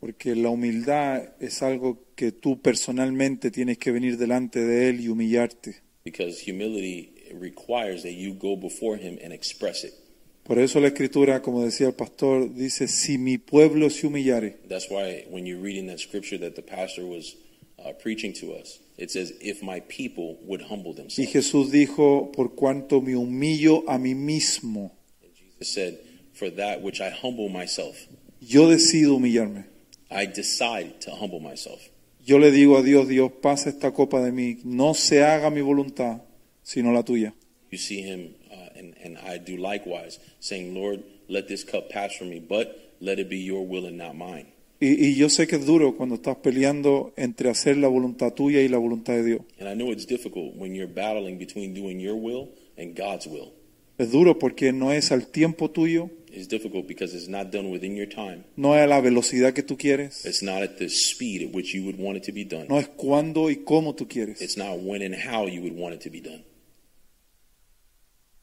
porque la humildad es algo que tú personalmente tienes que venir delante de Él y humillarte. because humility requires that you go before Him and express it. Por eso la escritura, como decía el pastor, dice, si mi pueblo se humillare, That's why when you're reading that scripture that the pastor was uh, preaching to us, it says, "If my people would humble (laughs) y themselves." Jesús dijo, por cuanto me humillo a mí mismo, And Jesus said, For that which I humble myself, Yo decido humillarme. I decide to humble myself. Yo le digo a Dios, Dios, pasa esta copa de mí. No se haga mi voluntad, sino la tuya. You see him, uh, and, and I do likewise, saying, Lord, let this cup pass from me, but let it be your will and not mine. Y, y yo sé que es duro cuando estás peleando entre hacer la voluntad tuya y la voluntad de Dios. And I know it's difficult when you're battling between doing your will and God's will. Es duro porque no es al tiempo tuyo, It's difficult because it's not done within your time. no es a la velocidad que tú quieres, It's not at the speed at which you would want it to be done. no es cuándo y cómo tú quieres. It's not when and how you would want it to be done.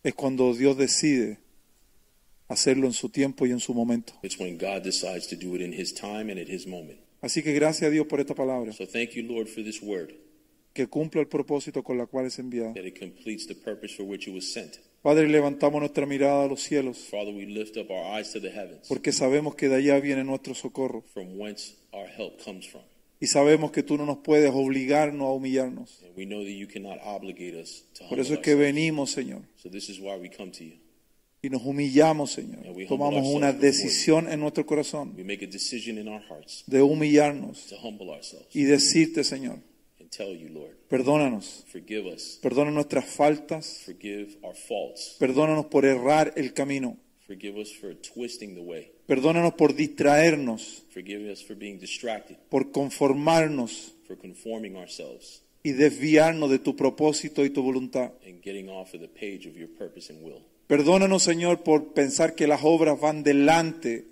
Es cuando Dios decide hacerlo en su tiempo y en su momento. It's when God decides to do it in His time and at His moment. Así que gracias a Dios por esta palabra, So thank you, Lord, for this word, que cumpla el propósito con la cual es enviada. that it completes the purpose for which it was sent. Padre, levantamos nuestra mirada a los cielos, Father, we lift up our eyes to the heavens, porque sabemos que de allá viene nuestro socorro. from whence our help comes from. Y sabemos que tú no nos puedes obligarnos a humillarnos. And we know that you cannot obligate us to Por humble eso es que ourselves. venimos, Señor, So this is why we come to you. y nos humillamos, Señor. Tomamos una decisión en nuestro corazón We make a decision in our hearts de humillarnos to humble ourselves y decirte, Señor, and tell you, Lord, perdónanos, forgive us, perdona nuestras faltas, forgive our faults, perdónanos por errar el camino, forgive us for twisting the way, perdónanos por distraernos, forgive us for being distracted, por conformarnos for conforming ourselves y desviarnos de tu propósito y tu voluntad. and getting off of the page of your purpose and will. Perdónanos, Señor, por pensar que las obras van delante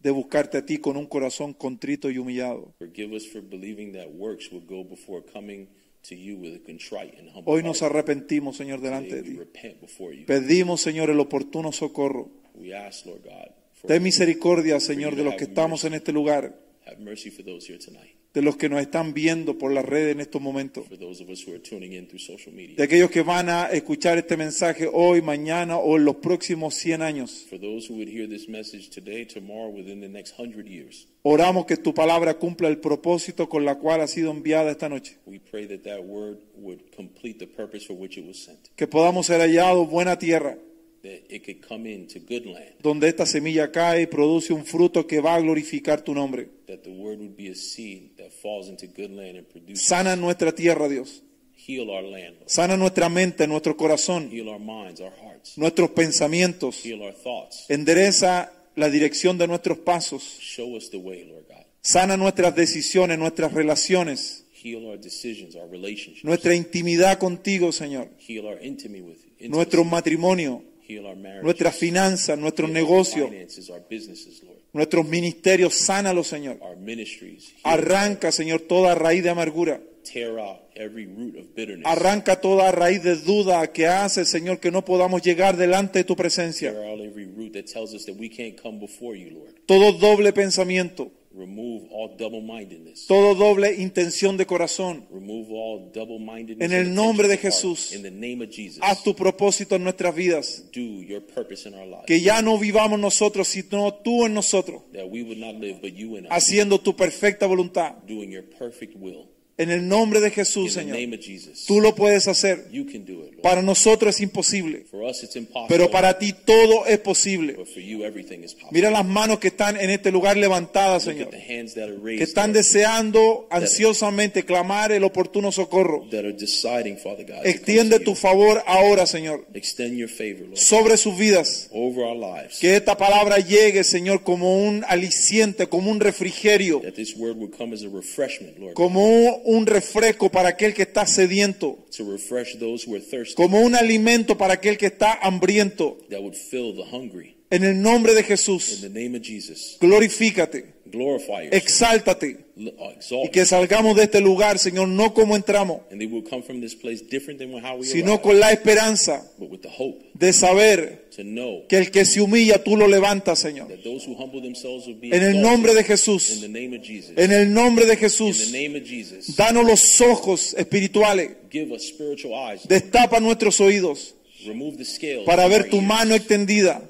de buscarte a ti con un corazón contrito y humillado. Forgive us for believing that works will go before coming to you with a contrite and humble Hoy nos heart. arrepentimos, Señor, delante Today de we ti. repent before you. Pedimos, Señor, el oportuno socorro. We ask, Lord God, for Ten misericordia, Señor, de los que estamos en este lugar, have mercy for those here tonight, de los que nos están viendo por las redes en estos momentos, for those of us who are tuning in through social de media, aquellos que van a escuchar este mensaje hoy, mañana o en los próximos 100 años. for those who would hear this message today, tomorrow, within the next hundred years. Oramos que tu palabra cumpla el propósito con la cual ha sido enviada esta noche. We pray that that word would complete the purpose for which it was sent, Que podamos ser hallados buena tierra, that it could come into good land, donde esta semilla cae y produce un fruto que va a glorificar tu nombre. that the word would be a seed that falls into good land and produces. Sana nuestra tierra, Dios. Heal our land, Lord. Sana nuestra mente, nuestro corazón, Heal our minds, our hearts. nuestros pensamientos. Heal our thoughts. Endereza la dirección de nuestros pasos. Show us the way, Lord God. Sana nuestras decisiones, nuestras relaciones, Heal our decisions, our relationships. nuestra intimidad contigo, Señor. Heal our intimacy with intimacy. Nuestro matrimonio, Heal our marriage. nuestras finanzas, nuestros Our negocios, finances, our businesses, Lord. nuestros ministerios. Sánalo, Señor. Our ministries. Heal- Arranca, Señor, toda raíz de amargura. Tear out every root of bitterness. Arranca toda raíz de duda que hace, Señor, que no podamos llegar delante de tu presencia. Tear out every root that tells us that we can't come before you, Lord. Todo doble pensamiento, Remove all double-mindedness. todo doble intención de corazón. Remove all double-mindedness. En el and nombre de intentions of heart. Jesús. In the name of Jesus. Haz tu propósito en nuestras vidas. Do your purpose in our lives. Que ya no vivamos nosotros, sino tú en nosotros, That we would not live, but you and us. haciendo tu perfecta voluntad. Doing your perfect will. En el nombre de In Jesús, the Señor. name of Jesus. Tú lo puedes hacer. You can do it, Lord. Para nosotros es imposible, For us, it's impossible. pero para ti todo es posible. But for you, everything is possible. Mira las manos que están en este lugar levantadas, Look at Señor. the hands that are que raised, están Lord, deseando ansiosamente clamar el oportuno socorro. that are deciding, Father God. to come to Extiende tu you. favor ahora, Señor, Extend your favor, Lord, sobre sus vidas. over our lives. Que esta palabra llegue, Señor, como un aliciente, como un refrigerio, That this word would come as a refreshment, Lord, como un refresco para aquel que está sediento, to refresh those who are thirsty. como un alimento para aquel que está hambriento. That would fill the hungry. En el nombre de In Jesús, the name of Jesus, glorifícate, glorify yourself. exáltate L- uh, y Exalt. que salgamos de este lugar, Señor, no como entramos, And they will come from this place different than how we sino arrived, con la esperanza but with the hope de saber to know Que el que se humilla, tú lo levantas, Señor. that those who humble themselves will be En el exalted. nombre de In Jesús. the name of Jesus. En el nombre de In the Jesús. name of Jesus. Danos los ojos espirituales. Give us spiritual eyes. Destapa nuestros oídos Remove the scales. para from ver our tu ears. mano extendida,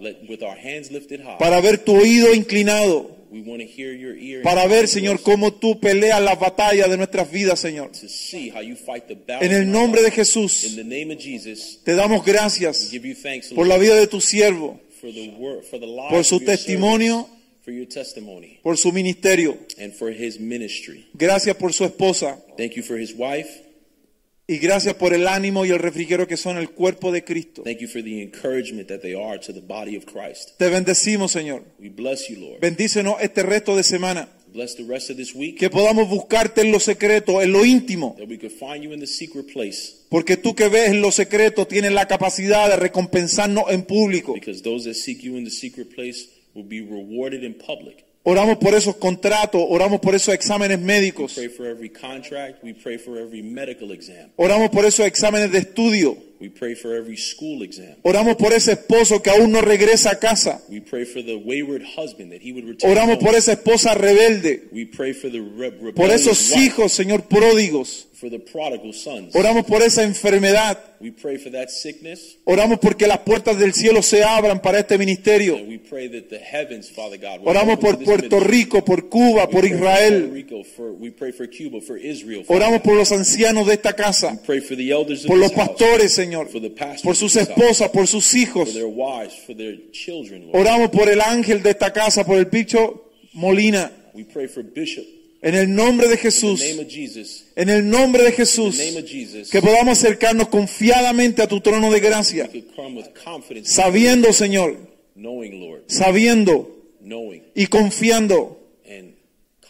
Let, with our hands lifted high. para ver tu oído inclinado, we want to hear your ear. para and ver, your Señor, voice, cómo tú peleas las batallas de nuestras vidas, Señor. to see how you fight the battle. En el in our nombre de lives. In Jesús, the name of Jesus, te damos gracias give you thanks por Lord, la vida de tu siervo, for the word, for the lives por su of your testimonio, servants, for your testimony, por su ministerio. and for his ministry. Gracias por su esposa Thank you for his wife. y gracias por el ánimo y el refrigerio que son el cuerpo de Cristo. Thank you for the encouragement that they are to the body of Christ. Te bendecimos, Señor. We bless you, Lord. Bendícenos este resto de semana. Bless the rest of this week Que podamos buscarte en lo secreto, en lo íntimo. that we could find you in the secret place Porque tú que ves en lo secreto tienes la capacidad de recompensarnos en público. because those that seek you in the secret place will be rewarded in public. Oramos por esos contratos, oramos por esos exámenes We médicos, pray for every contract. We pray for every medical exam. oramos por esos exámenes de estudio, We pray for every school exam. oramos por ese esposo que aún no regresa a casa, We pray for the wayward husband that he would return. oramos home. por esa esposa rebelde, We pray for the re- por rebellious esos wife, hijos, Señor, pródigos, for the prodigal sons. oramos por esa enfermedad, We pray for that sickness. oramos porque las puertas del cielo se abran para este ministerio, And we pray that the heavens, Father God, will open oramos to por this Puerto ministry. Rico, por Cuba, We por pray for Puerto Israel, Rico, for- we pray for Cuba, for Israel. Father oramos God. por los ancianos de esta casa, We pray for the elders of por los this house, pastores, Señor, for the pastors por of sus this house, esposas, por sus for hijos. their wives, for their children. Lord. Oramos por el ángel de esta casa, por el picho Molina, We pray for Bishop en el nombre de in Jesús, the name of Jesus. en el nombre de In Jesús, the name of Jesus, que podamos acercarnos confiadamente a tu trono de gracia, we could come with confidence, sabiendo, Señor, knowing, Lord, sabiendo knowing y confiando and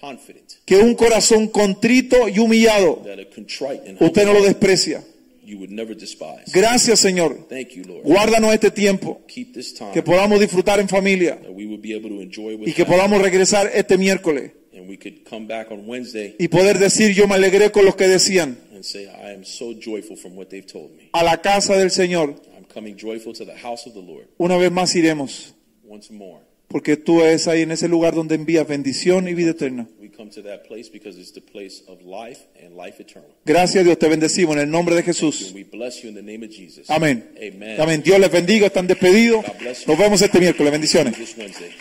confident que un corazón contrito y humillado, that a contrite and humble usted no lo desprecia. you would never despise. Gracias, Señor. Thank you, Lord. Guárdanos este tiempo, Keep this time que podamos disfrutar en familia that we would be able to enjoy with y que family, podamos regresar este miércoles and we could come back on Wednesday y poder decir, yo me alegré con los que decían, and say, I am so joyful from what they've told me. a la casa del Señor, I'm coming joyful to the house of the Lord una vez más iremos. once more. Porque tú es ahí en ese lugar donde envías bendición y vida eterna. We come to that place because it's the place of life and life eternal. Gracias Dios, te bendecimos en el nombre de And Jesús. we bless you in the name of Jesus. Amén. Amen. Amén. Dios les bendiga, están despedidos. God bless you. Nos vemos este miércoles. Bendiciones. This Wednesday.